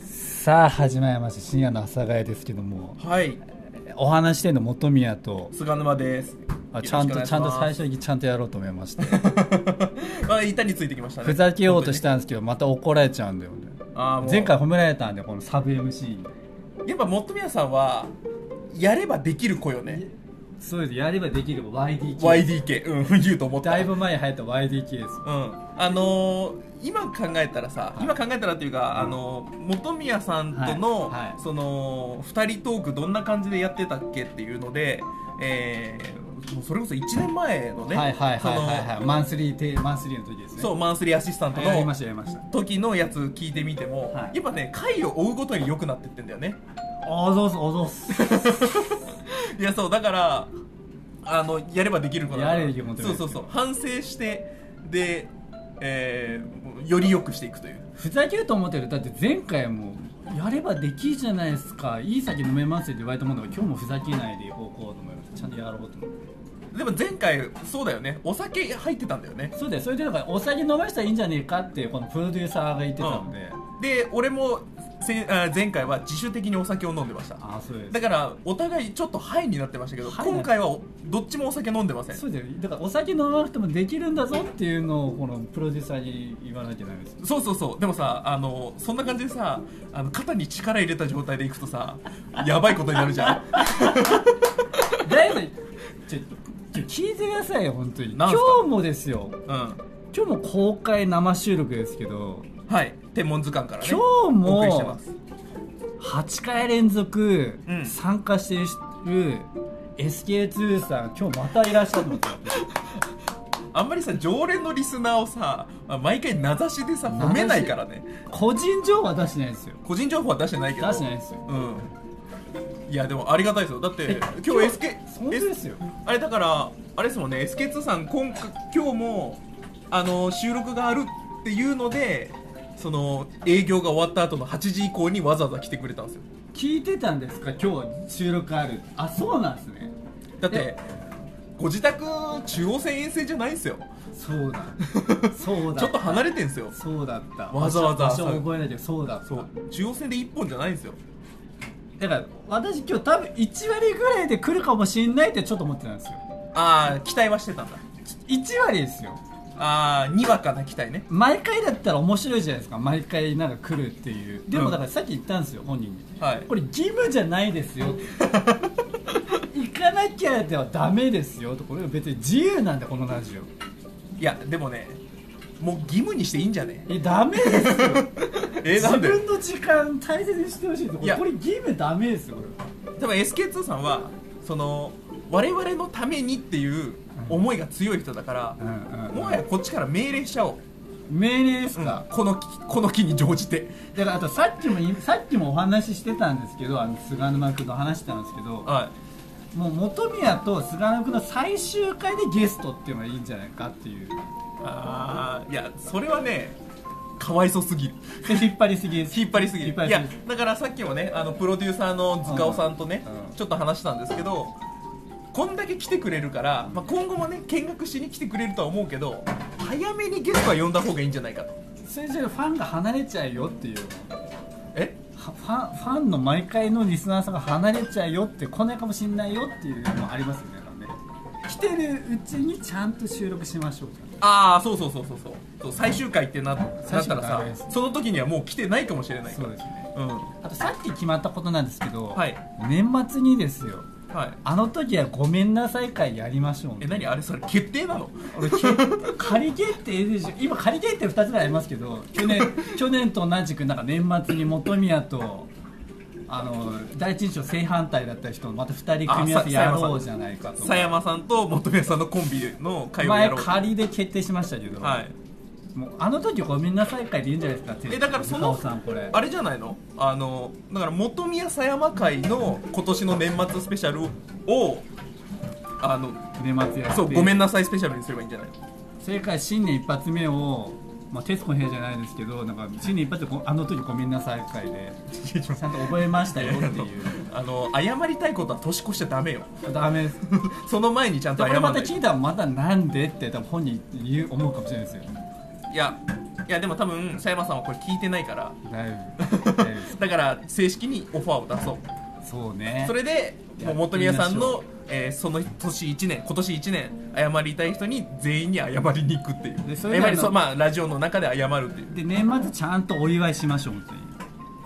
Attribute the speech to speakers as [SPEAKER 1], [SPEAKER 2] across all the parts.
[SPEAKER 1] さあ始まりました深夜の阿佐ヶ谷ですけども
[SPEAKER 2] はい、
[SPEAKER 1] お話ししてんの本宮と
[SPEAKER 2] 菅沼です。
[SPEAKER 1] あちゃんとちゃんと最
[SPEAKER 2] 初。
[SPEAKER 1] 初にちゃんとやろうと思いました
[SPEAKER 2] あ、板についてきましたね。
[SPEAKER 1] ふざけようとしたん ですけどまた怒られちゃうんだよね
[SPEAKER 2] 本当に。あーもう
[SPEAKER 1] 前回褒められたんでこのサブ MC
[SPEAKER 2] やっぱ本宮さんは、やればできる子よね。
[SPEAKER 1] そうですやればできれば YDK
[SPEAKER 2] YDK。うん、 言うと思った。
[SPEAKER 1] だいぶ前に流行った YDK です
[SPEAKER 2] うん、あのー今考えたらさ、
[SPEAKER 1] はい
[SPEAKER 2] 今考えたらというか、あのー本宮さんとの、
[SPEAKER 1] はいはい
[SPEAKER 2] その2人トークどんな感じでやってたっけっていうので、えーもうそれこそ1年前のね
[SPEAKER 1] はいはいはいはい
[SPEAKER 2] そ
[SPEAKER 1] はいマンスリーテマンスリーの時ですね
[SPEAKER 2] のそうマンスリーアシスタント
[SPEAKER 1] はいやり
[SPEAKER 2] の
[SPEAKER 1] ましたやりました
[SPEAKER 2] 時のやつ聞いてみても、
[SPEAKER 1] はい
[SPEAKER 2] やっぱね回を追うごとに良くなってってんだよね
[SPEAKER 1] おどうすおどうす
[SPEAKER 2] いやそうだからあのやればできることだから
[SPEAKER 1] やればできることです
[SPEAKER 2] そう
[SPEAKER 1] よ
[SPEAKER 2] そうそう反省してで、えーより良くしていくという
[SPEAKER 1] ふざけると思ってるだって前回もやればできるじゃないですかいい酒飲めますよって言われたもんだから今日もふざけないでいこうこうと思いますちゃんとやろうと思って
[SPEAKER 2] でも前回そうだよねお酒入ってたんだよね
[SPEAKER 1] そうだよそれでなんかお酒飲ましたらいいんじゃねえかってこのプロデューサーが言ってたので、
[SPEAKER 2] で俺もせあ前回は自主的にお酒を飲んでました
[SPEAKER 1] ああそうです
[SPEAKER 2] だからお互いちょっとハイになってましたけど、
[SPEAKER 1] ハイな
[SPEAKER 2] 今回はおどっちもお酒飲んでませんそ
[SPEAKER 1] そうだよだからお酒飲まなくてもできるんだぞっていうのをこのプロデューサーに言わなきゃダメです
[SPEAKER 2] うそうそうでもさあのそんな感じでさあの肩に力入れた状態でいくとさやばいことになるじゃん
[SPEAKER 1] だいぶちょちょ聞いてくださいよ本当に
[SPEAKER 2] な
[SPEAKER 1] 今
[SPEAKER 2] んすか
[SPEAKER 1] 日もですよ
[SPEAKER 2] うん
[SPEAKER 1] 今日も公開生収録ですけど
[SPEAKER 2] はい天文図鑑からね
[SPEAKER 1] 今日も
[SPEAKER 2] お送りしてます
[SPEAKER 1] 8回連続
[SPEAKER 2] うん
[SPEAKER 1] 参加してる SK2 さん今日またいらっしゃるの
[SPEAKER 2] あんまりさ常連のリスナーをさあ毎回名指しでさ褒めないからね
[SPEAKER 1] 個人情報は出してないですよ
[SPEAKER 2] 個人情報は出してないけ
[SPEAKER 1] 出
[SPEAKER 2] ど
[SPEAKER 1] してないですよ
[SPEAKER 2] うんいやでもありがたいですよだって
[SPEAKER 1] え
[SPEAKER 2] 今日
[SPEAKER 1] 今日
[SPEAKER 2] SK
[SPEAKER 1] 本当ですよ
[SPEAKER 2] S- あれだからあれですもんね SK2 さん今回今日もあの収録があるっていうのでその営業が終わった後の8時以降にわざわざ来てくれたんですよ
[SPEAKER 1] 聞いてたんですか今日収録あるあそうなんですね
[SPEAKER 2] だってご自宅中央線沿線じゃないんですよ
[SPEAKER 1] そうだそうだ
[SPEAKER 2] ちょっと離れてんですよ
[SPEAKER 1] そうだった
[SPEAKER 2] わざわざ
[SPEAKER 1] 場所場所覚えないけどそうだった
[SPEAKER 2] そう中央線で1本じゃないんですよ
[SPEAKER 1] だから私今日多分1割ぐらいで来るかもしんないってちょっと思ってたんですよ
[SPEAKER 2] ああ期待はしてたんだ
[SPEAKER 1] 1割ですよ
[SPEAKER 2] ああにわかな期待ね
[SPEAKER 1] 毎回だったら面白いじゃないですか毎回なんか来るっていうで
[SPEAKER 2] う
[SPEAKER 1] も
[SPEAKER 2] ん
[SPEAKER 1] だからさっき言ったんですよ本人に
[SPEAKER 2] はい
[SPEAKER 1] これ義務じゃないですよ 行かなきゃではダメですよとこれは別に自由なんだこのラジオ
[SPEAKER 2] いやでもねもう義務にしていいんじゃね
[SPEAKER 1] えダメですよ
[SPEAKER 2] えなんで
[SPEAKER 1] 自分の時間大切にしてほしいとこ
[SPEAKER 2] い
[SPEAKER 1] れ
[SPEAKER 2] や
[SPEAKER 1] これ義務ダメですよこれ
[SPEAKER 2] 多分 SK2 さんはその我々のためにっていう思いが強い人だから、
[SPEAKER 1] うんうん
[SPEAKER 2] もはやこっちから命令しちゃおう、
[SPEAKER 1] 命令です
[SPEAKER 2] うん
[SPEAKER 1] か、
[SPEAKER 2] この機この機に乗じて
[SPEAKER 1] だからあとさっきもいさっきもお話ししてたんですけどあの菅沼君と話してたんですけど
[SPEAKER 2] は
[SPEAKER 1] もう本宮と菅沼君の最終回でゲストっていうのがいいんじゃないかっていう
[SPEAKER 2] いああいやそれはねかわいそすぎる
[SPEAKER 1] それ引っ張りすぎです
[SPEAKER 2] 引っ張りすぎる
[SPEAKER 1] 引っ張
[SPEAKER 2] い
[SPEAKER 1] りすぎ
[SPEAKER 2] やだからさっきもねあのプロデューサーの塚尾さんとね、
[SPEAKER 1] うんうん
[SPEAKER 2] ちょっと話したんですけどこんだけ来てくれるから、まあ、今後もね見学しに来てくれるとは思うけど早めにゲストは呼んだ方がいいんじゃないかと
[SPEAKER 1] それじゃファンが離れちゃうよっていう
[SPEAKER 2] え
[SPEAKER 1] はファンファンの毎回のリスナーさんが離れちゃうよって来ないかもしれないよっていうのもありますよねだからね来てるうちにちゃんと収録しましょう
[SPEAKER 2] ああそうそうそうそうそうそう最終回ってなな
[SPEAKER 1] 最
[SPEAKER 2] っ
[SPEAKER 1] 終
[SPEAKER 2] た
[SPEAKER 1] 回
[SPEAKER 2] ら
[SPEAKER 1] あ
[SPEAKER 2] さ
[SPEAKER 1] れです
[SPEAKER 2] その時にはもう来てないかもしれない
[SPEAKER 1] そ
[SPEAKER 2] か
[SPEAKER 1] う
[SPEAKER 2] ら
[SPEAKER 1] ですね
[SPEAKER 2] うんは
[SPEAKER 1] あとさっき決まったことなんですけど、
[SPEAKER 2] はい
[SPEAKER 1] 年末にですよ
[SPEAKER 2] い
[SPEAKER 1] あの時はごめんなさい会やりましょうね
[SPEAKER 2] え何あれそれ決定なの
[SPEAKER 1] 俺け 仮決定でしょ今仮決定2つぐらいありますけど去年去年と同じくなんか年末に本宮とあの第一印象正反対だった人また2人組み合わせやろうじゃないかと
[SPEAKER 2] 狭山さんと本宮さんのコンビの会話や
[SPEAKER 1] 前
[SPEAKER 2] ろう
[SPEAKER 1] 仮で決定しましたけど、
[SPEAKER 2] はい
[SPEAKER 1] もうあの時ごめんなさい会でいいんじゃないですか
[SPEAKER 2] えだからそ
[SPEAKER 1] 高
[SPEAKER 2] の
[SPEAKER 1] 尾さんこれ
[SPEAKER 2] あれじゃないのあのだから本宮狭山会の今年の年末スペシャルをあの
[SPEAKER 1] 年末やって
[SPEAKER 2] そうごめん
[SPEAKER 1] な
[SPEAKER 2] なさいスペシャルにすればいいんじゃないの
[SPEAKER 1] 正解新年一発目をまあ、徹子の部屋じゃないですけどなんか新年一発目あの時ごめんなさい会でちゃんと覚えましたよっていう
[SPEAKER 2] あの謝りたいことは年越しちゃダメよ
[SPEAKER 1] ダメです
[SPEAKER 2] その前にちゃん
[SPEAKER 1] で
[SPEAKER 2] と
[SPEAKER 1] これ
[SPEAKER 2] 謝ら
[SPEAKER 1] ま
[SPEAKER 2] な
[SPEAKER 1] た
[SPEAKER 2] い
[SPEAKER 1] 聞いたらまたなんでって多分本人言う思うかもしれないですよ
[SPEAKER 2] いやいやでも多分佐山さんはこれ聞いてないから
[SPEAKER 1] だいぶだいぶ
[SPEAKER 2] だから正式にオファーを出そう
[SPEAKER 1] そうね
[SPEAKER 2] それでもう本宮さんの、えーその年1年今年1年謝りたい人に全員に謝りに行くっていう
[SPEAKER 1] でそれで
[SPEAKER 2] 謝
[SPEAKER 1] あ
[SPEAKER 2] り
[SPEAKER 1] の
[SPEAKER 2] そうまあラジオの中で謝るっていう
[SPEAKER 1] で年末ちゃんとお祝いしましょう本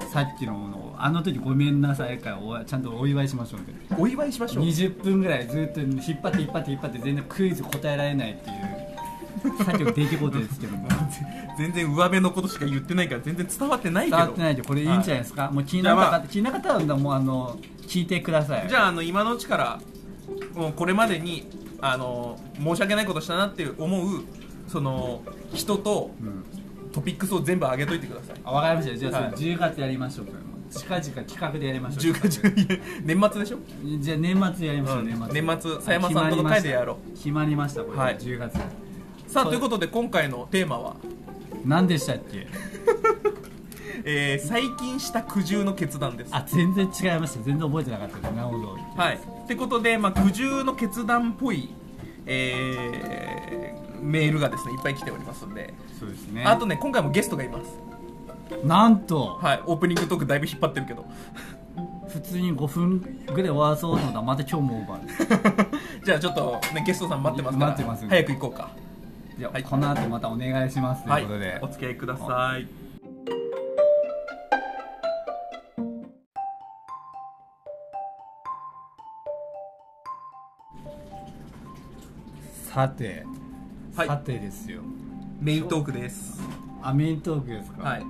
[SPEAKER 1] 当にさっきのものあの時ごめんなさいからおちゃんとお祝いしましょうみたいな
[SPEAKER 2] お祝いしましょう
[SPEAKER 1] 20分ぐらいずっと引っ張って引っ張って引っ張って全然クイズ答えられないっていうさっきの出来事ですけども
[SPEAKER 2] 全然上辺のことしか言ってないから全然伝わってないけ
[SPEAKER 1] 伝
[SPEAKER 2] ど
[SPEAKER 1] わってないでこれいいんじゃないですか、もう聞いなかった、
[SPEAKER 2] じゃあまあ
[SPEAKER 1] 聞いなかったらもうあの聞いてください
[SPEAKER 2] じゃああの今のうちからもうこれまでにあの申し訳ないことしたなって思うその人と
[SPEAKER 1] うん
[SPEAKER 2] トピックスを全部上げといてください
[SPEAKER 1] あわかりましたじゃあ、
[SPEAKER 2] はい
[SPEAKER 1] それ10月やりましょうこれも近々企画でやりましょう
[SPEAKER 2] 10月10年末でしょ
[SPEAKER 1] じゃあ年末やりましょう、
[SPEAKER 2] うん
[SPEAKER 1] 年末
[SPEAKER 2] 年末佐山さんとの会でやろ
[SPEAKER 1] う決まりましたこれ、
[SPEAKER 2] はい
[SPEAKER 1] 10月
[SPEAKER 2] さ
[SPEAKER 1] そ
[SPEAKER 2] あ
[SPEAKER 1] う
[SPEAKER 2] ということで今回のテーマは、
[SPEAKER 1] 何でしたっけ
[SPEAKER 2] えー最近した苦渋の決断です
[SPEAKER 1] あ全然違いました全然覚えてなかったですなるほど
[SPEAKER 2] はいってことで、まあ、苦渋の決断っぽい、えーメールがですねいっぱい来ておりますんで、
[SPEAKER 1] そうですね
[SPEAKER 2] あとね今回もゲストがいます
[SPEAKER 1] なんと
[SPEAKER 2] はいオープニングトークだいぶ引っ張ってるけど
[SPEAKER 1] 普通に5分ぐらい終わらそうと思ったらまた今日もオーバーです
[SPEAKER 2] じゃあちょっと、ね、ゲストさん待ってますから
[SPEAKER 1] 待ってますんで
[SPEAKER 2] 早く行こうか
[SPEAKER 1] じゃあ、
[SPEAKER 2] はい
[SPEAKER 1] この後またお願いしますと
[SPEAKER 2] は
[SPEAKER 1] いう
[SPEAKER 2] い
[SPEAKER 1] ことで、
[SPEAKER 2] お付き合いください
[SPEAKER 1] さて、
[SPEAKER 2] はい
[SPEAKER 1] さてですよ
[SPEAKER 2] メイントークです
[SPEAKER 1] アメイントークですか、
[SPEAKER 2] はい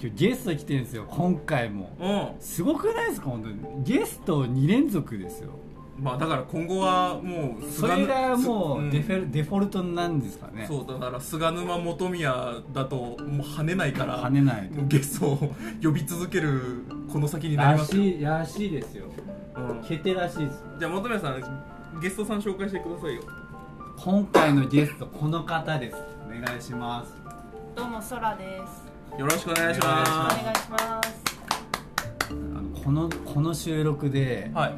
[SPEAKER 1] 今日ゲスト来てるんですよ今回も
[SPEAKER 2] う
[SPEAKER 1] すごくないですか本当にゲスト2連続ですよ
[SPEAKER 2] んまあだから今後はもう
[SPEAKER 1] それがもうデフ
[SPEAKER 2] ェ
[SPEAKER 1] ェル、デフォルトなんですかね
[SPEAKER 2] そうだから菅沼元宮だともう跳ねないから
[SPEAKER 1] 跳ねない
[SPEAKER 2] もうゲストを呼び続けるこの先になり
[SPEAKER 1] ら
[SPEAKER 2] ますよ、
[SPEAKER 1] しいらしいですよ
[SPEAKER 2] うん
[SPEAKER 1] 決定らしいですよ
[SPEAKER 2] じゃあ元宮さんゲストさん紹介してくださいよ
[SPEAKER 1] 今回のゲストこの方ですお願いします
[SPEAKER 3] どうもそらです。
[SPEAKER 2] よろしくお願いし
[SPEAKER 3] お
[SPEAKER 2] ま
[SPEAKER 3] 願いします。
[SPEAKER 1] あのこのこの収録です
[SPEAKER 2] はい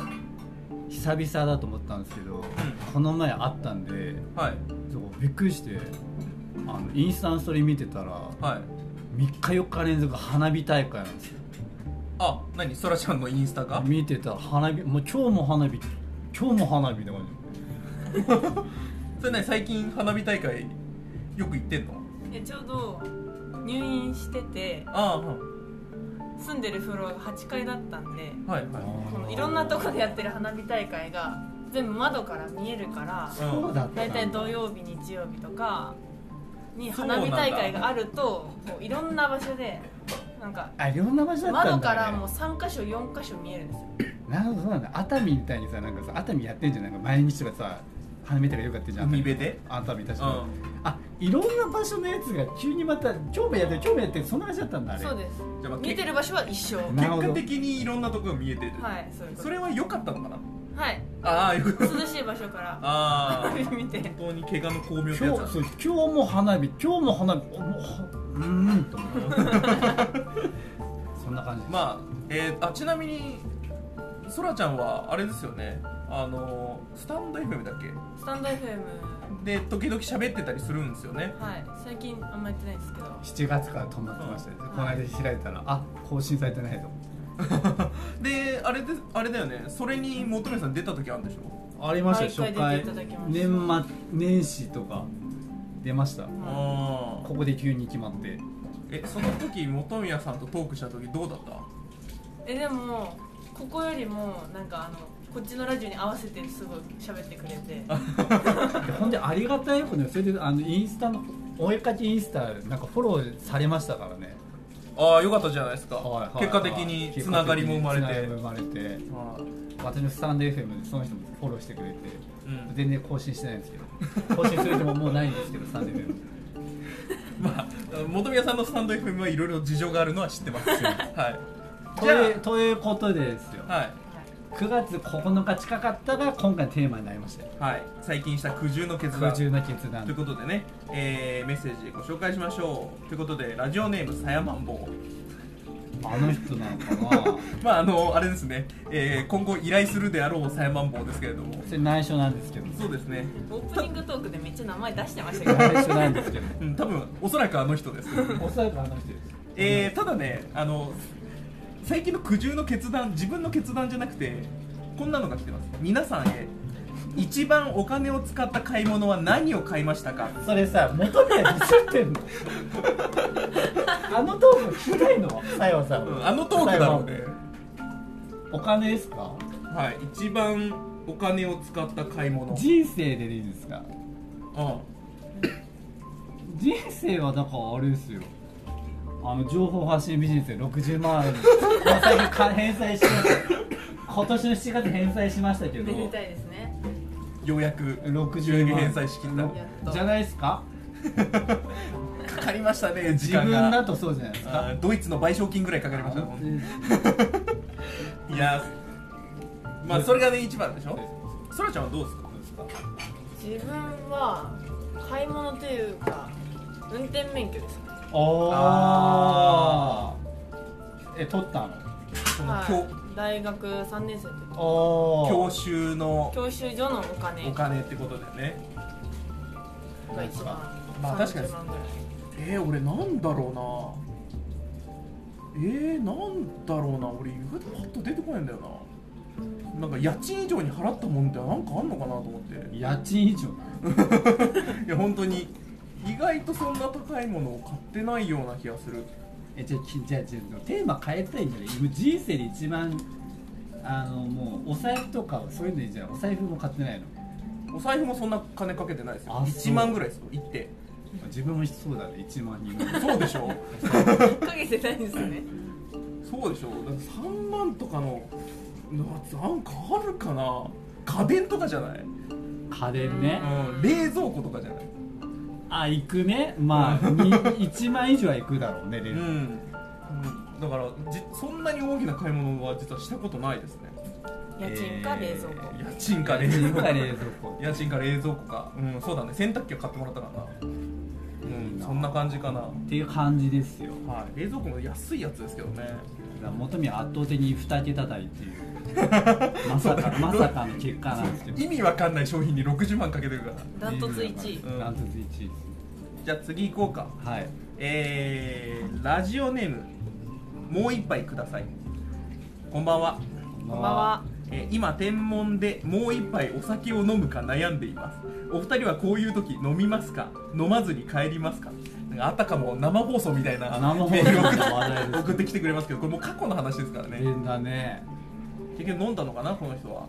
[SPEAKER 1] 久々だと思ったんですけど、この前会ったんで
[SPEAKER 2] はい
[SPEAKER 1] そうびっくりしてあのインスタのストーリー見てたら
[SPEAKER 2] はい
[SPEAKER 1] 3日4日連続花火大会なんですよ
[SPEAKER 2] あ何そらちゃんのインスタが
[SPEAKER 1] 見てたら花火もう今日も花火今日も花火って感じ
[SPEAKER 2] それね最近花火大会よく行ってんの
[SPEAKER 3] えちょうど入院してて
[SPEAKER 2] あ
[SPEAKER 3] 住んでるフロアが8階だったんで、
[SPEAKER 2] あはいはいはい
[SPEAKER 3] このいろんなとこでやってる花火大会が全部窓から見えるから、
[SPEAKER 1] そうだったんだ
[SPEAKER 3] だいたい土曜日日曜日とかに花火大会があるとこういろんな場所でなんか
[SPEAKER 1] あいろんな場所だった
[SPEAKER 3] 窓
[SPEAKER 1] んだ、ね、
[SPEAKER 3] からもう3箇所4箇所見えるんですよ。
[SPEAKER 1] なるほどそうなんだ熱海みたいにさなんかさ熱海やってんじゃんなんか毎日とかさ花見たらよかったじゃん
[SPEAKER 2] 海辺で
[SPEAKER 1] 熱海確か
[SPEAKER 2] う
[SPEAKER 1] に、あいろんな場所のやつが急にまた興味やってる興味やってるそんな話だったんだあれ
[SPEAKER 3] そうです。
[SPEAKER 2] じゃあまあ
[SPEAKER 3] 見てる場所は一緒。
[SPEAKER 1] なるほど
[SPEAKER 2] 結果的にいろんなとこが見えてる、
[SPEAKER 3] はい、そういうこと
[SPEAKER 2] そ。れは良かったのかな
[SPEAKER 3] はい、
[SPEAKER 2] ああよかった
[SPEAKER 3] 涼しい場所から
[SPEAKER 2] あ
[SPEAKER 3] 花
[SPEAKER 2] あ
[SPEAKER 3] 火見て。
[SPEAKER 2] 本当に怪我の巧妙ってやつ
[SPEAKER 1] 今
[SPEAKER 2] だ
[SPEAKER 1] 日そう今日も花火今日も花火おもうはうーんと思 うそんな感じです、
[SPEAKER 2] まあ,、えーあちなみにそらちゃんはあれですよねあのスタンド FM だっけ
[SPEAKER 3] スタンド FM
[SPEAKER 2] で時々喋ってたりするんですよね
[SPEAKER 3] はい最近あんまやってないんですけど
[SPEAKER 1] 7月から止まってましたね、
[SPEAKER 3] うん
[SPEAKER 1] この間開いたらあ更新されてないと
[SPEAKER 2] であれであれだよねそれに求めさん出た時あるんでしょ、
[SPEAKER 1] ありましたよ
[SPEAKER 3] 毎
[SPEAKER 1] 初
[SPEAKER 3] 回
[SPEAKER 1] 回
[SPEAKER 3] 出ていただきました
[SPEAKER 1] 年末年始とか出ました
[SPEAKER 3] ま
[SPEAKER 2] ああ
[SPEAKER 1] ここで急に決まって
[SPEAKER 2] えその時本宮さんとトークした時どうだった
[SPEAKER 3] あえでもここよりもなんかあのこっちのラジオに合わせてすごい喋ってくれて
[SPEAKER 1] でほんでありがたいことにそれであのインスタのお絵かきインスタなんかフォローされましたからね、
[SPEAKER 2] ああよかったじゃないですか、
[SPEAKER 1] はいはい
[SPEAKER 2] 結果的につながりも生まれて
[SPEAKER 1] つながりも生まれて
[SPEAKER 2] あー
[SPEAKER 1] 私のスタンド FM でその人もフォローしてくれて
[SPEAKER 2] うん
[SPEAKER 1] 全然更新してないんですけど更新する人ももうないんですけどスタンド FM
[SPEAKER 2] まあ本宮さんのスタンド FM はいろいろ事情があるのは知って ますはい
[SPEAKER 1] と
[SPEAKER 2] じゃ
[SPEAKER 1] いうということでですよ
[SPEAKER 2] あはい
[SPEAKER 1] 9月9日近かったが今回テーマになりましたよ
[SPEAKER 2] はい、最近した苦渋の決断
[SPEAKER 1] 空中の決
[SPEAKER 2] という
[SPEAKER 1] 断
[SPEAKER 2] ことでね、えーメッセージご紹介しましょうということでラジオネームさやまんぼう
[SPEAKER 1] あの人なのかな
[SPEAKER 2] まああのあれですね、えー今後依頼するであろうサイマン坊ですけれども
[SPEAKER 1] それ内緒なんですけど
[SPEAKER 2] そうですね、
[SPEAKER 3] オープニングトークでめっちゃ名前出してま したけど
[SPEAKER 1] 内緒なんですけど
[SPEAKER 2] うん、多分おそらくあの人です、
[SPEAKER 1] おそらくあの人です
[SPEAKER 2] えー、ただねあの最近の苦渋の決断自分の決断じゃなくてこんなのが来てます皆さんへ一番お金を使った買い物は何を買いましたか
[SPEAKER 1] それさ求めディスってんのあのトーク聞きたいのさよさん
[SPEAKER 2] うんあのトークだろうね
[SPEAKER 1] お金ですか
[SPEAKER 2] はい一番お金を使った買い物
[SPEAKER 1] 人生ででいいですか
[SPEAKER 2] あ
[SPEAKER 1] 人生はだからあれですよあの情報発信ビジネスで60万円まあ最近か返済しました今年の7月返済しましたけど
[SPEAKER 3] めでたいですね
[SPEAKER 2] ようやく
[SPEAKER 1] 60万
[SPEAKER 2] 代返済しきった
[SPEAKER 3] やっと
[SPEAKER 1] じゃないですか
[SPEAKER 2] かかりましたね時
[SPEAKER 1] 自
[SPEAKER 2] 間
[SPEAKER 1] 分
[SPEAKER 2] が
[SPEAKER 1] だとそうじゃないですか
[SPEAKER 2] あードイツの賠償金ぐらいかかりましたねいやーまあそれがね一番でしょそらちゃんはどうですか
[SPEAKER 3] 自分は買い物というか運転免許ですね
[SPEAKER 1] おー
[SPEAKER 2] あ
[SPEAKER 1] え取った
[SPEAKER 2] その
[SPEAKER 3] は
[SPEAKER 2] 教,、
[SPEAKER 3] い、大学3年生の時
[SPEAKER 1] のお
[SPEAKER 2] 教習の
[SPEAKER 3] 教習所のお金
[SPEAKER 2] お金ってことだよね
[SPEAKER 3] が一番
[SPEAKER 2] まあ確かに
[SPEAKER 3] 30万ぐらい
[SPEAKER 2] えー、俺なんだろうなえー、なんだろうな俺意外とパッと出てこないんだよななんか家賃以上に払ったもんってなんかあんのかなと思ってい
[SPEAKER 1] 家賃以上
[SPEAKER 2] や本当に意外とそんな高いものを買ってないような気がする
[SPEAKER 1] えじゃあきじゃあじゃあテーマ変えたいんじゃない今人生で一番あのもうお財布とかそういうのいいじゃんお財布も買ってないの
[SPEAKER 2] お財布もそんな金かけてないですよ
[SPEAKER 1] あそう
[SPEAKER 2] 1万ぐらいですよ行って
[SPEAKER 1] 自分もそうだね1万人
[SPEAKER 2] そうでしょ
[SPEAKER 3] 1ヶ月ないんです ね
[SPEAKER 2] そうでしょだって3万とかのなんかあるかな家電とかじゃない、
[SPEAKER 1] 家電ね
[SPEAKER 2] うん、冷蔵庫とかじゃない
[SPEAKER 1] あ行くねまあに1万以上は行くだろうねレ
[SPEAKER 2] う
[SPEAKER 1] ン
[SPEAKER 2] ん、だからじそんなに大きな買い物は実はしたことないですね
[SPEAKER 3] 家賃か冷蔵庫、
[SPEAKER 2] 家賃か冷蔵
[SPEAKER 1] ジ
[SPEAKER 2] 庫
[SPEAKER 1] か
[SPEAKER 2] か
[SPEAKER 1] 冷蔵庫
[SPEAKER 2] 家賃か冷蔵庫かうんそうだね洗濯機を買ってもらったからなうんそんな感じかなは
[SPEAKER 1] っていう感じですよ
[SPEAKER 2] い冷蔵庫も安いやつですけどね
[SPEAKER 1] だから元宮圧倒的に2桁台っていう まさかまさかの結果なんですけど
[SPEAKER 2] 意味わかんない商品に60万かけてるから
[SPEAKER 3] ダントツ1位
[SPEAKER 1] ダントツ1位ですね
[SPEAKER 2] じゃあ次行こうか
[SPEAKER 1] はい
[SPEAKER 2] えー、ラジオネームもう一杯くださいこんばんは、
[SPEAKER 1] こ
[SPEAKER 3] こんばんは
[SPEAKER 2] えー今天文でもう一杯お酒を飲むか悩んでいますお二人はこういう時飲みますか飲まずに帰りますかなんかあたかも生放送みたいな
[SPEAKER 1] 生放送
[SPEAKER 2] メールを送っ
[SPEAKER 1] の話題です
[SPEAKER 2] 送って きてくれますけどこれもう過去の話ですからね
[SPEAKER 1] 変だね
[SPEAKER 2] 結局飲んだのかなこの人は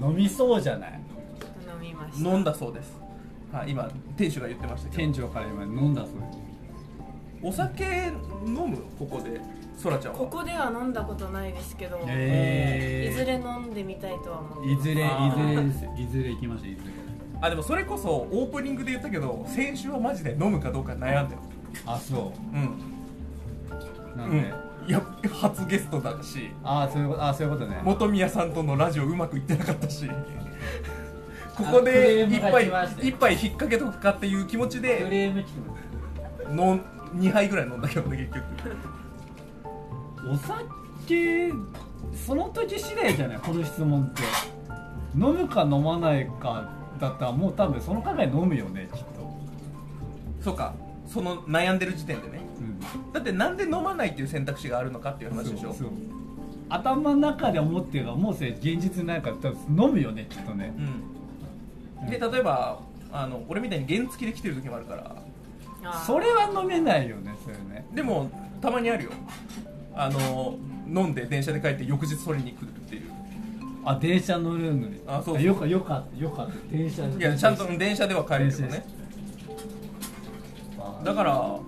[SPEAKER 1] 飲みそうじゃない
[SPEAKER 3] 飲みました
[SPEAKER 2] 飲んだそうですはい今店主が言ってましたけ
[SPEAKER 1] 店
[SPEAKER 2] ど
[SPEAKER 1] 長から今飲んだそうです
[SPEAKER 2] お酒飲むここでそらちゃんは
[SPEAKER 3] ここでは飲んだことないですけど、
[SPEAKER 1] へー
[SPEAKER 3] いずれ飲んでみたいとは思って
[SPEAKER 1] いずれい
[SPEAKER 2] あー
[SPEAKER 1] ずれですよいずれ行きましょういずれ
[SPEAKER 2] あでもそれこそオープニングで言ったけど先週はマジで飲むかどうか悩んでる
[SPEAKER 1] あそ
[SPEAKER 2] うん、
[SPEAKER 1] うな
[SPEAKER 2] うん
[SPEAKER 1] で、
[SPEAKER 2] ん、いや初ゲストだし
[SPEAKER 1] ああそういうことあーそういうことね
[SPEAKER 2] 本宮さんとのラジオうまくいってなかっ たしこ
[SPEAKER 1] あ
[SPEAKER 2] こ
[SPEAKER 1] クレ
[SPEAKER 2] で
[SPEAKER 1] ーム
[SPEAKER 2] 一
[SPEAKER 1] が
[SPEAKER 2] 杯
[SPEAKER 1] 来ましたよ
[SPEAKER 2] 一杯引っ掛けとくかっていう気持ち
[SPEAKER 1] ク
[SPEAKER 2] で
[SPEAKER 1] レーム来てます
[SPEAKER 2] の2杯ぐらい飲んだけどね結局
[SPEAKER 1] お酒その時次第じゃないこの質問って飲むか飲まないかだったらもう多分その考え飲むよねきっと、
[SPEAKER 2] そうかその悩んでる時点でね
[SPEAKER 1] うん、
[SPEAKER 2] だってなんで飲まないっていう選択肢があるのかっていう話でし
[SPEAKER 1] そ
[SPEAKER 2] ょ
[SPEAKER 1] うそう頭の中で思ってるがもうそれ現実ないから多分飲むよねきっとね
[SPEAKER 2] うんで例えばあの俺みたいに原付きで来てる時もあるから
[SPEAKER 3] あー
[SPEAKER 1] それは飲めないよねそれね
[SPEAKER 2] でもたまにあるよあの飲んで電車で帰って翌日取りに来るっていう
[SPEAKER 1] あ電車乗るのに
[SPEAKER 2] あそうそう
[SPEAKER 1] よかよかったよかった電車
[SPEAKER 2] いやちゃんと電車では帰るけど
[SPEAKER 1] 電車
[SPEAKER 2] ね
[SPEAKER 1] であ
[SPEAKER 2] だから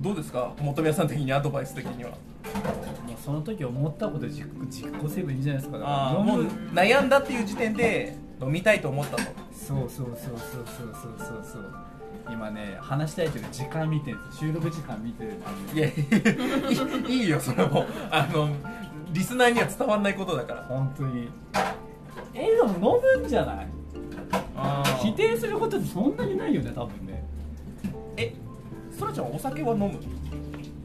[SPEAKER 2] どうですか元宮さん的にアドバイス的には
[SPEAKER 1] もうその時思ったこと実実行すればいいんじゃないですかだから
[SPEAKER 2] ああ
[SPEAKER 1] 飲
[SPEAKER 2] もう
[SPEAKER 1] む
[SPEAKER 2] 悩んだっていう時点で飲みたいと思ったと
[SPEAKER 1] そうそうそうそうそうそうそうそう今ね話したいけど時間見てるんです収録時間見てるんで
[SPEAKER 2] いやいやいいいいよそれもあのリスナーには伝わんないことだから
[SPEAKER 1] 本当にえでも飲むんじゃない否定することってそんなにないよね多分ね
[SPEAKER 2] えそらちゃんお酒は飲む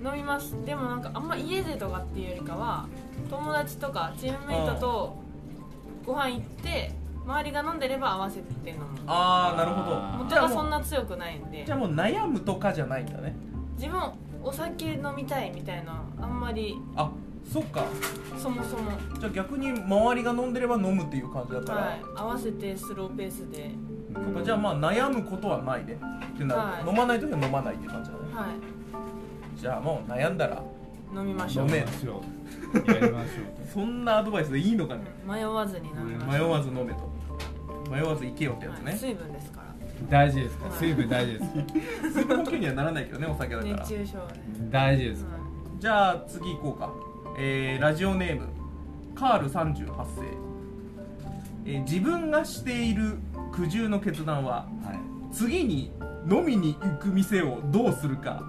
[SPEAKER 3] 飲みますでもなんかあんま家でとかっていうよりかは友達とかチームメイトとご飯行って周りが飲んでれば合わせて飲むも
[SPEAKER 2] ああなるほど
[SPEAKER 1] あー
[SPEAKER 3] とがそん
[SPEAKER 2] も
[SPEAKER 3] な強くないん
[SPEAKER 2] う
[SPEAKER 3] で
[SPEAKER 2] じゃあもう悩むとかじゃないんだね
[SPEAKER 3] 自分お酒飲みたいみたいなあんまり
[SPEAKER 2] あそっか
[SPEAKER 3] そもそも、
[SPEAKER 2] じゃあ逆に周りが飲んでれば飲むっていう感じだから、
[SPEAKER 3] はい、合わせてスローペースで
[SPEAKER 2] そっかじゃあまあ悩むことはないでってなる、
[SPEAKER 3] はい
[SPEAKER 2] 飲まない時は飲まないって感じだね
[SPEAKER 3] はい
[SPEAKER 2] じゃあもう悩んだら
[SPEAKER 3] 飲みましょ
[SPEAKER 2] 飲
[SPEAKER 3] う
[SPEAKER 2] め
[SPEAKER 1] やりましょう
[SPEAKER 2] そんなアドバイスでいいのかね
[SPEAKER 3] うん迷わずに飲みま
[SPEAKER 2] 迷
[SPEAKER 3] しょう
[SPEAKER 2] わず飲めと迷わず行けよってやつ
[SPEAKER 3] はい
[SPEAKER 2] ね
[SPEAKER 3] 水分ですから
[SPEAKER 1] 大事ですか水分大事です
[SPEAKER 2] 水分補給にはならないけどねお酒だ から
[SPEAKER 3] 熱中症で、
[SPEAKER 1] 大事ですす
[SPEAKER 3] はい
[SPEAKER 2] じゃあ次行こうか、えーラジオネームカール38世、えー自分がしている苦渋の決断は
[SPEAKER 1] はい
[SPEAKER 2] 次に飲みに行く店をどうするか、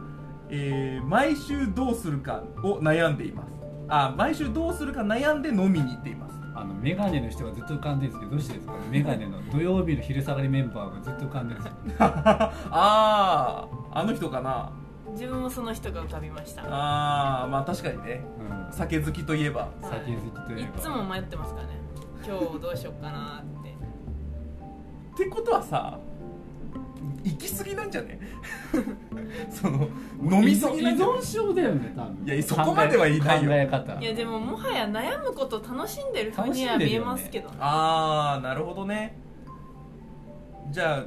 [SPEAKER 2] えー毎週どうするかを悩んでいますあ毎週どうするか悩んで飲みに行っています
[SPEAKER 1] あのメガネの人がずっと浮かんでるんですけどどうしてですかメガネの土曜日の昼下がりメンバーがずっと浮かんでるんですよ
[SPEAKER 2] あああの人かな
[SPEAKER 3] 自分もその人が浮かびましたは
[SPEAKER 2] ああまあ確かにね
[SPEAKER 1] うん
[SPEAKER 2] 酒好きといえば
[SPEAKER 3] い
[SPEAKER 1] 酒好きといえば
[SPEAKER 3] つも迷ってますからね今日どうしようかなって
[SPEAKER 2] ってことはさ行き過ぎなんじゃね その飲み過ぎなん
[SPEAKER 1] 依
[SPEAKER 2] じゃね
[SPEAKER 1] 存症だよね多分
[SPEAKER 2] いやそこまでは言いないよ
[SPEAKER 1] 考え方
[SPEAKER 3] いやでももはや悩むこと楽しんでる風に
[SPEAKER 1] 楽
[SPEAKER 3] は
[SPEAKER 1] しんで
[SPEAKER 3] 見
[SPEAKER 1] る
[SPEAKER 3] え
[SPEAKER 1] よね
[SPEAKER 3] ますけどね
[SPEAKER 2] ああなるほどねじゃあ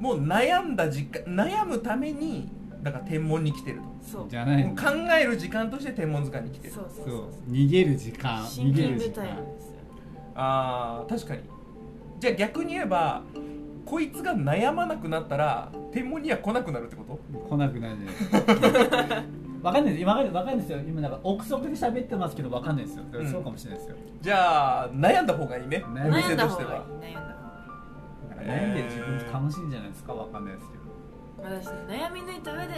[SPEAKER 2] もう悩んだ時間悩むためにだから天文に来てる
[SPEAKER 3] そう
[SPEAKER 1] じゃない
[SPEAKER 2] ともう考える時間として天文図鑑に来てる
[SPEAKER 3] そうそう
[SPEAKER 1] そ
[SPEAKER 3] そうう
[SPEAKER 1] 逃げる時間
[SPEAKER 3] シン
[SPEAKER 1] 逃
[SPEAKER 3] キ
[SPEAKER 1] げ
[SPEAKER 3] ン
[SPEAKER 1] る
[SPEAKER 3] グ
[SPEAKER 1] 時
[SPEAKER 3] タイ
[SPEAKER 1] 間
[SPEAKER 3] ムですよ
[SPEAKER 2] あー確かにじゃあ逆に言えばこいつが悩まなくなったら天文には来なくなるってこと
[SPEAKER 1] 来なくなるじゃないですか わかんないです今わかんないですよ今なんか憶測で喋ってますけどわかんないですよだからそうかもしれないですよ、
[SPEAKER 2] じゃあ悩んだ方がいいねお
[SPEAKER 1] 悩
[SPEAKER 2] 店
[SPEAKER 3] 悩んだ
[SPEAKER 2] とし
[SPEAKER 3] 方
[SPEAKER 2] て
[SPEAKER 3] がいい
[SPEAKER 2] は
[SPEAKER 3] 悩んだ
[SPEAKER 1] な
[SPEAKER 3] 方
[SPEAKER 1] んか悩んで自分楽しいんじゃないですかわかんないですけど
[SPEAKER 3] がいい私悩み抜いた上で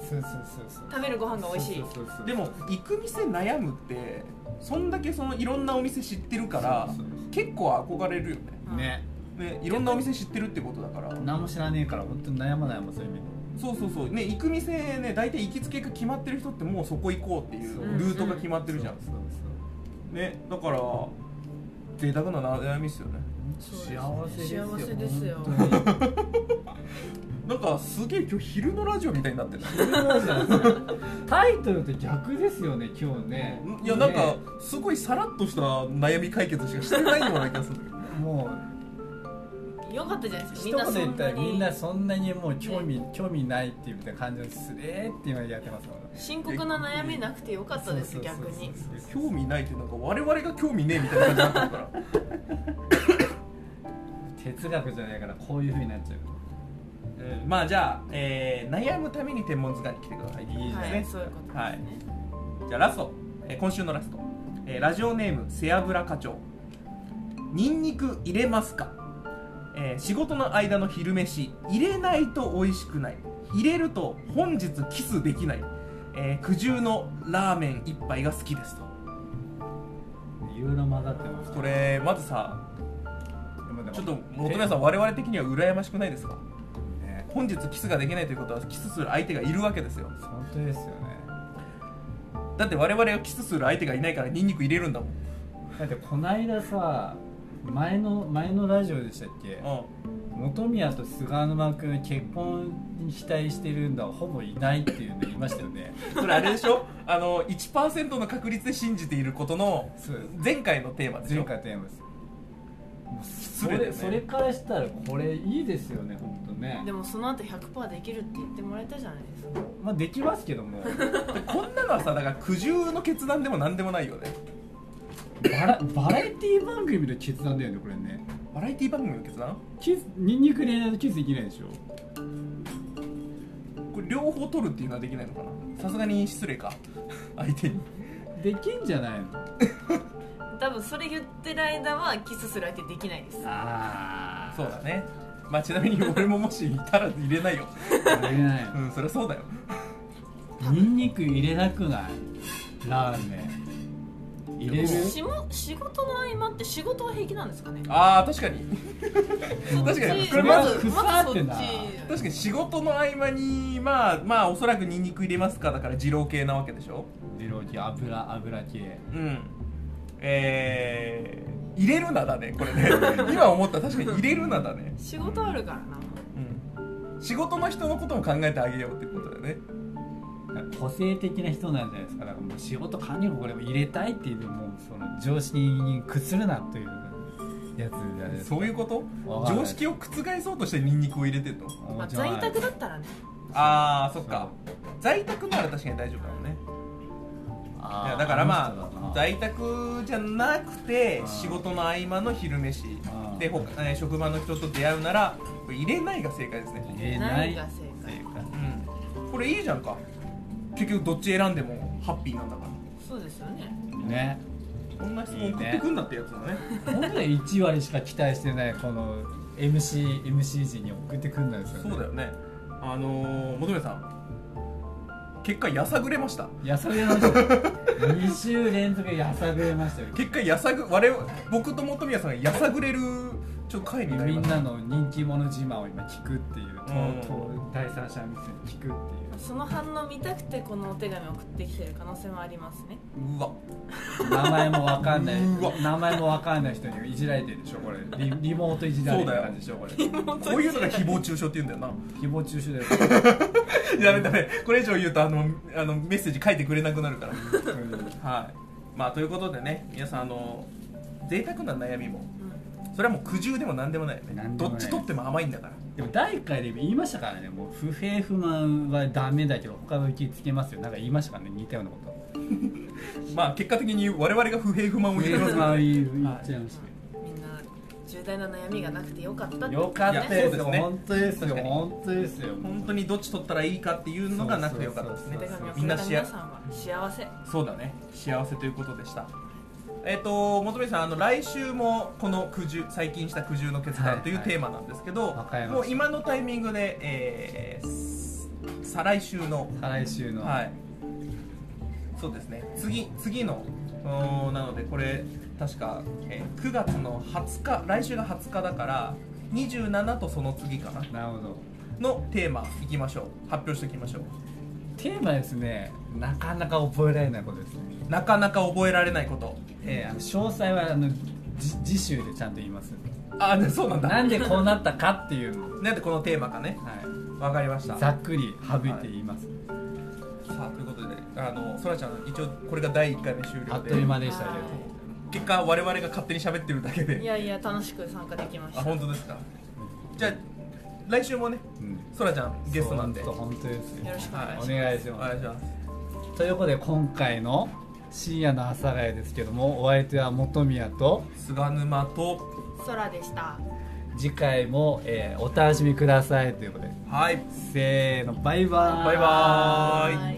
[SPEAKER 1] そうそうそうそう
[SPEAKER 3] 食べるご飯が美味しい
[SPEAKER 1] そうそうそうそう
[SPEAKER 2] でも行く店悩むってそんだけそのいろんなお店知ってるから
[SPEAKER 1] そうそうそ
[SPEAKER 2] 結構憧れるよね
[SPEAKER 1] うね
[SPEAKER 2] ね、いろんなお店知ってるってことだから
[SPEAKER 1] 何も知らねえから本当に悩まないもんそういう意味
[SPEAKER 2] そうそうそうね行く店ね大体行きつけが決まってる人ってもうそこ行こうっていう
[SPEAKER 1] そう
[SPEAKER 2] ルートが決まってるじゃん
[SPEAKER 1] そうそう
[SPEAKER 2] ねだから贅沢な悩みっすよね
[SPEAKER 1] そう幸せですよ
[SPEAKER 3] 幸せですよ
[SPEAKER 1] 本当に
[SPEAKER 2] なんかすげえ今日昼のラジオみたいになって る
[SPEAKER 1] そんなことじゃないですよタイトルと逆ですよね今日ね
[SPEAKER 2] いやなんか
[SPEAKER 1] ね
[SPEAKER 2] すごいさらっとした悩み解決しかしてないような気がするんだけど
[SPEAKER 1] もう
[SPEAKER 3] よかったじゃないですか
[SPEAKER 1] 一
[SPEAKER 3] みんな
[SPEAKER 1] 言
[SPEAKER 3] そ
[SPEAKER 1] 言
[SPEAKER 3] ん
[SPEAKER 1] ったら
[SPEAKER 3] な
[SPEAKER 1] み
[SPEAKER 3] に
[SPEAKER 1] んなそんなにもう興味興味ないっていうみたいな感じのすえーって今やってますもん
[SPEAKER 3] 深刻な悩みなくてよかったです
[SPEAKER 1] そうそうそう
[SPEAKER 3] 逆に
[SPEAKER 1] そう
[SPEAKER 2] 興味ないってなんか我々が興味ねえみたいな感じになってる から
[SPEAKER 1] 哲学じゃないからこういうふうになっちゃう
[SPEAKER 2] うんまあじゃあ、えー悩むために天文図鑑に来てください
[SPEAKER 1] いいじゃない
[SPEAKER 3] は
[SPEAKER 1] で
[SPEAKER 3] い
[SPEAKER 1] すか
[SPEAKER 3] そういうことですね
[SPEAKER 2] はいじゃあラスト、えー今週のラスト、えーラジオネーム背脂課長ニンニク入れますか、えー仕事の間の昼飯入れないと美味しくない入れると本日キスできない、えー苦渋のラーメン一杯が好きですと
[SPEAKER 1] いろいろ混ざってます
[SPEAKER 2] これまずさちょっと元宮さん我々的には羨ましくないですか
[SPEAKER 1] んね
[SPEAKER 2] 本日キスができないということはキスする相手がいるわけですよ
[SPEAKER 1] 本当ですよね
[SPEAKER 2] だって我々がキスする相手がいないからニンニク入れるんだもん、
[SPEAKER 1] だってこないださ前の前のラジオでしたっけ
[SPEAKER 2] う
[SPEAKER 1] 本宮と菅沼君結婚に期待してるんだほぼいないっていうの言いましたよね
[SPEAKER 2] ん、それあれでしょあの1%の確率で信じていることの
[SPEAKER 1] そうです
[SPEAKER 2] 前回のテーマでしょ
[SPEAKER 1] 前回とやますもうそ
[SPEAKER 2] 失礼だ
[SPEAKER 1] れ
[SPEAKER 2] よね
[SPEAKER 1] それからしたらこれいいですよね本当ね
[SPEAKER 3] でもその後100%できるって言ってもらえたじゃないですか
[SPEAKER 1] まあできますけども
[SPEAKER 2] こんなのはさだから苦渋の決断でも何でもないよね
[SPEAKER 1] バラバラエティ番組の決断だよねこれね
[SPEAKER 2] バラエティ番組の決断
[SPEAKER 1] キスニンニク入れないとキスできないでしょ
[SPEAKER 2] これ両方取るっていうのはできないのかなさすがに失礼か相手に
[SPEAKER 1] できんじゃないの
[SPEAKER 3] 多分それ言ってる間はキスする相手できないです
[SPEAKER 1] あ
[SPEAKER 2] そうだねまあちなみに俺ももしいたら入れないよ
[SPEAKER 1] 入れない
[SPEAKER 2] うんそりゃそうだよ
[SPEAKER 1] ニンニク入れなくないラーメン入れる
[SPEAKER 3] しも仕事の合間って仕事は平気なんですかね
[SPEAKER 2] ああ確かに確か
[SPEAKER 3] そっ
[SPEAKER 2] に
[SPEAKER 3] ち
[SPEAKER 2] これまず
[SPEAKER 1] ず
[SPEAKER 3] まずそっち
[SPEAKER 1] 腐
[SPEAKER 2] 確かに仕事の合間にまあまあおそらくニンニク入れますかだから二郎系なわけでしょ
[SPEAKER 1] 二郎系油油系
[SPEAKER 2] うんえー、入れるなだねこ れね今思った確かに入れるなだね、
[SPEAKER 3] 仕事あるからな
[SPEAKER 2] うん、仕事の人のことも考えてあげようってことだよね
[SPEAKER 1] 個性的な人なんじゃないですかだからもう仕事管理もこれも入れたいっていうもうその常識に屈するなというやつじゃないですか
[SPEAKER 2] そういうこと
[SPEAKER 1] わかんない
[SPEAKER 2] 常識を覆そうとしてニンニクを入れてんの
[SPEAKER 3] まあ、
[SPEAKER 1] じゃない
[SPEAKER 3] 在宅だったらね
[SPEAKER 2] ああそっか在宅なら確かに大丈夫だもんね
[SPEAKER 1] あ
[SPEAKER 2] い
[SPEAKER 1] ー
[SPEAKER 2] やだからま
[SPEAKER 1] の人だ
[SPEAKER 2] あ
[SPEAKER 1] な
[SPEAKER 2] 在宅じゃなくて
[SPEAKER 1] あー
[SPEAKER 2] 仕事の合間の昼飯
[SPEAKER 1] あー
[SPEAKER 2] でほかえー職場の人と出会うならこれ入れないが正解ですね
[SPEAKER 1] 入れな
[SPEAKER 3] ないい
[SPEAKER 1] っ
[SPEAKER 3] が正
[SPEAKER 1] てい
[SPEAKER 3] 解
[SPEAKER 1] うか
[SPEAKER 2] うんこれいいじゃんか結局どっち選んでもハッピーなんだから
[SPEAKER 3] そうですよね
[SPEAKER 1] ね
[SPEAKER 2] こんな質問送ってくんだってやつだ
[SPEAKER 1] 本
[SPEAKER 2] ね
[SPEAKER 1] 当に1割しか期待してないこの MC MC 陣に送ってくんだんですよね
[SPEAKER 2] そうだよねあのー、求めさん結果やさぐれました
[SPEAKER 1] やさぐれました2週連続やさぐれましたよ
[SPEAKER 2] 結果やさぐ我々僕と本宮さんがやさぐれるちょっと回になり
[SPEAKER 1] み
[SPEAKER 2] ま
[SPEAKER 1] ん
[SPEAKER 2] した
[SPEAKER 1] なの人気者自慢を今聞くっていう、
[SPEAKER 2] ん
[SPEAKER 1] とと第三者目線に聞くっていう
[SPEAKER 3] その反応見たくてこのお手紙送ってきてる可能性もありますね
[SPEAKER 2] うわ
[SPEAKER 1] 名前もわかんな
[SPEAKER 2] うわ
[SPEAKER 1] い名前もわかんない人にいじられてるでしょこれリリモートいじられてる感じでしょ これ
[SPEAKER 2] こういうのが誹謗中傷って言 うんだよ
[SPEAKER 1] 誹謗中傷で
[SPEAKER 2] なやめダメこれ以上言うとあのあのメッセージ書いてくれなくなるからはいまあということでね皆さんあの贅沢な悩みも
[SPEAKER 3] うん
[SPEAKER 2] それはもう苦渋でも何でもないよね
[SPEAKER 1] 何で
[SPEAKER 2] ど
[SPEAKER 1] もな
[SPEAKER 2] っ
[SPEAKER 1] い
[SPEAKER 2] ち取っても甘いんだから
[SPEAKER 1] でも第1回で言いましたからねもう不平不満はダメだけど他は受け付けますよなんか言いましたからね似たようなこと
[SPEAKER 2] まあ結果的に我々が不平不満を
[SPEAKER 1] 不
[SPEAKER 2] 言
[SPEAKER 1] 平
[SPEAKER 2] っ
[SPEAKER 1] 不
[SPEAKER 2] てますか
[SPEAKER 1] 満
[SPEAKER 2] ら
[SPEAKER 1] を
[SPEAKER 2] ね
[SPEAKER 1] 言っちゃいまし
[SPEAKER 3] みんな重大な悩みがなくてよかった
[SPEAKER 1] た
[SPEAKER 3] って
[SPEAKER 1] よかったですよ
[SPEAKER 2] いやそう
[SPEAKER 1] 本当です
[SPEAKER 2] 確
[SPEAKER 1] よ
[SPEAKER 2] かに
[SPEAKER 1] 本当ですよ
[SPEAKER 2] 本当にどっち取ったらいいかっていうのがなくてよかったです
[SPEAKER 3] お
[SPEAKER 2] ね
[SPEAKER 3] 手紙
[SPEAKER 2] み
[SPEAKER 3] を
[SPEAKER 2] ん
[SPEAKER 3] くれ
[SPEAKER 2] な
[SPEAKER 3] た
[SPEAKER 2] しや
[SPEAKER 3] 皆さんは幸せ
[SPEAKER 2] そうだね幸せということでしたえっ、と元部さんあの来週もこの苦渋最近した苦渋の決
[SPEAKER 1] はい
[SPEAKER 2] 断
[SPEAKER 1] はい
[SPEAKER 2] というテーマなんですけど、
[SPEAKER 1] わかりました
[SPEAKER 2] もう今のタイミングで、えー再来週の
[SPEAKER 1] 再来週の、
[SPEAKER 2] はいそうですね次次のおーなのでこれ確か、えー9月の20日来週が20日だから27とその次かな
[SPEAKER 1] なるほど
[SPEAKER 2] のテーマいきましょう発表していきましょう
[SPEAKER 1] テーマですねなかなか覚えられないことですね、
[SPEAKER 2] なかなか覚えられないこと
[SPEAKER 1] えーあの詳細はあのじ次週でちゃんと言い ます
[SPEAKER 2] あねそうなんだ
[SPEAKER 1] なんでこうなったかっていうのを、
[SPEAKER 2] なんでこのテーマかね
[SPEAKER 1] は
[SPEAKER 2] わかりました
[SPEAKER 1] い、ざ
[SPEAKER 2] さ
[SPEAKER 1] っくり省いて言います、
[SPEAKER 2] あということであのそらちゃん一応これが第1回目終了で
[SPEAKER 1] あっという間でしたけど、
[SPEAKER 3] はい
[SPEAKER 2] 結果我々が勝手に喋ってるだけ
[SPEAKER 3] い
[SPEAKER 2] で
[SPEAKER 3] やいや楽しく参加できまし
[SPEAKER 2] あ
[SPEAKER 3] た
[SPEAKER 2] 本当ですかじゃあ来週もね
[SPEAKER 1] うん、
[SPEAKER 2] そらちゃんゲストなんで
[SPEAKER 1] そう本当ですよ
[SPEAKER 3] よろしくお願い
[SPEAKER 1] お
[SPEAKER 3] します、
[SPEAKER 1] 願いし
[SPEAKER 2] お
[SPEAKER 1] ま
[SPEAKER 2] 願いします
[SPEAKER 1] すということで今回の深夜の阿佐ヶ谷ですけどもお相手は本宮と
[SPEAKER 2] 菅沼と
[SPEAKER 3] 空でした
[SPEAKER 1] 次回も、えーお楽しみくださいということで
[SPEAKER 2] はい
[SPEAKER 1] せーのバイバーイ
[SPEAKER 2] バイバーイ
[SPEAKER 3] はい